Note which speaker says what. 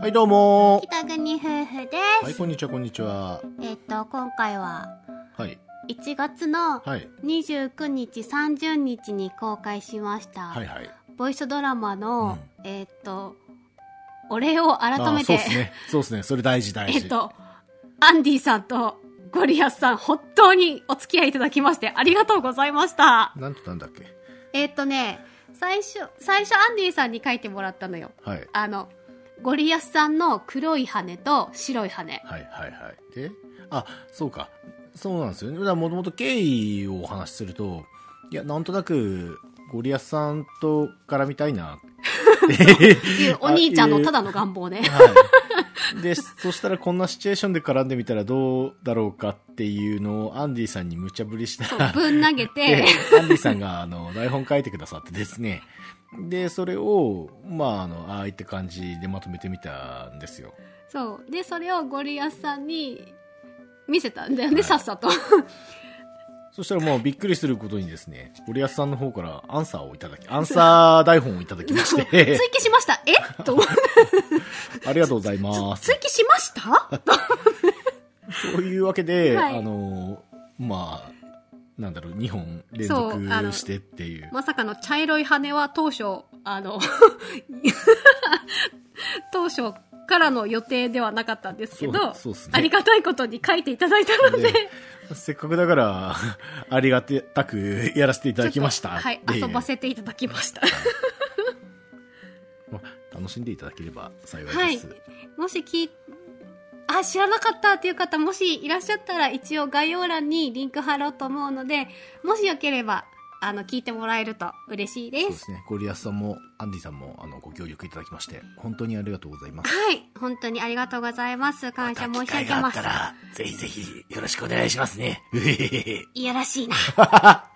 Speaker 1: はい、どうも
Speaker 2: 北国夫婦で
Speaker 1: ー。はい、
Speaker 2: す。
Speaker 1: こんにちは、こんにちは。
Speaker 2: えっと、今回は
Speaker 1: はい、
Speaker 2: 1月の
Speaker 1: はい、
Speaker 2: 29日、30日に公開しました、
Speaker 1: はい、はい。
Speaker 2: ボイスドラマの、えっと、お礼を改めて、
Speaker 1: あーそうですね。そうですね。それ大事、大
Speaker 2: え
Speaker 1: 事。
Speaker 2: っと、アンディさんとゴリアスさん、本当にお付き合いいただきましてありがとうございました。
Speaker 1: なんて言ったんだっけ
Speaker 2: えっとね、最初、最初アンディさんに書いてもらったのよ。
Speaker 1: はい、
Speaker 2: あの、ゴリアスさんの黒い羽と白い羽。
Speaker 1: はい、はい、はい。で、あ、そうか。そうなんですよね。だから、もともと経緯をお話しすると、いや、なんとなく、ゴリアスさんと絡みたい な。
Speaker 2: いうお兄ちゃんのただの願望ね。
Speaker 1: はい。で、そしたらこんなシチュエーションで絡んでみたらどうだろうかっていうのをアンディさんに無茶ぶりした
Speaker 2: そうぶん投げ
Speaker 1: で
Speaker 2: て、、
Speaker 1: アンディさんが、あの、台本書いてくださってですね。で、それを、まあ、あの、ああいって感じでまとめてみたんですよ。
Speaker 2: そう。で、それをゴリアスさんに見せたんだよね、
Speaker 1: はい
Speaker 2: さっさと。
Speaker 1: そしたらもうびっくりすることにですね、堀安さんの方からアンサーをいただき、アンサー台本をいただきまし
Speaker 2: 追
Speaker 1: て、
Speaker 2: 記しました。えと思っ て、
Speaker 1: ありがとうございます。
Speaker 2: 追記しましたと
Speaker 1: そういうわけで、
Speaker 2: はい
Speaker 1: あの、まあ、なんだろう、2本連
Speaker 2: そうあの
Speaker 1: 続してっていう。
Speaker 2: まさかの茶色い羽は当初、あの、 当初からの予定ではなかったんですけど、
Speaker 1: そうそうっすね
Speaker 2: ありがたいことに書いていただいたの
Speaker 1: で
Speaker 2: で、
Speaker 1: せっかくだから、ありがたくやらせていただきました。
Speaker 2: ちょっ
Speaker 1: っ
Speaker 2: とは
Speaker 1: て
Speaker 2: い、
Speaker 1: う
Speaker 2: 遊ばせていただきました。
Speaker 1: まあ楽しんでいただければ幸
Speaker 2: はいい
Speaker 1: です。。
Speaker 2: もし聞いあ、知らなかったっていう方、もしいらっしゃったら、一応概要欄にリンク貼ろうと思うので、もしよければ、あの、聞いてもらえると嬉しいで。
Speaker 1: そうですすね。ゴリアスさんも、アンディさんも、あの、ご協力いただきまして、本当にありがとうございます。
Speaker 2: はい。本当にありがとうございます。感謝申し上げます。
Speaker 1: ら、ぜひぜひ、よろしくお願いしますね。うへへへ
Speaker 2: いやらしいな。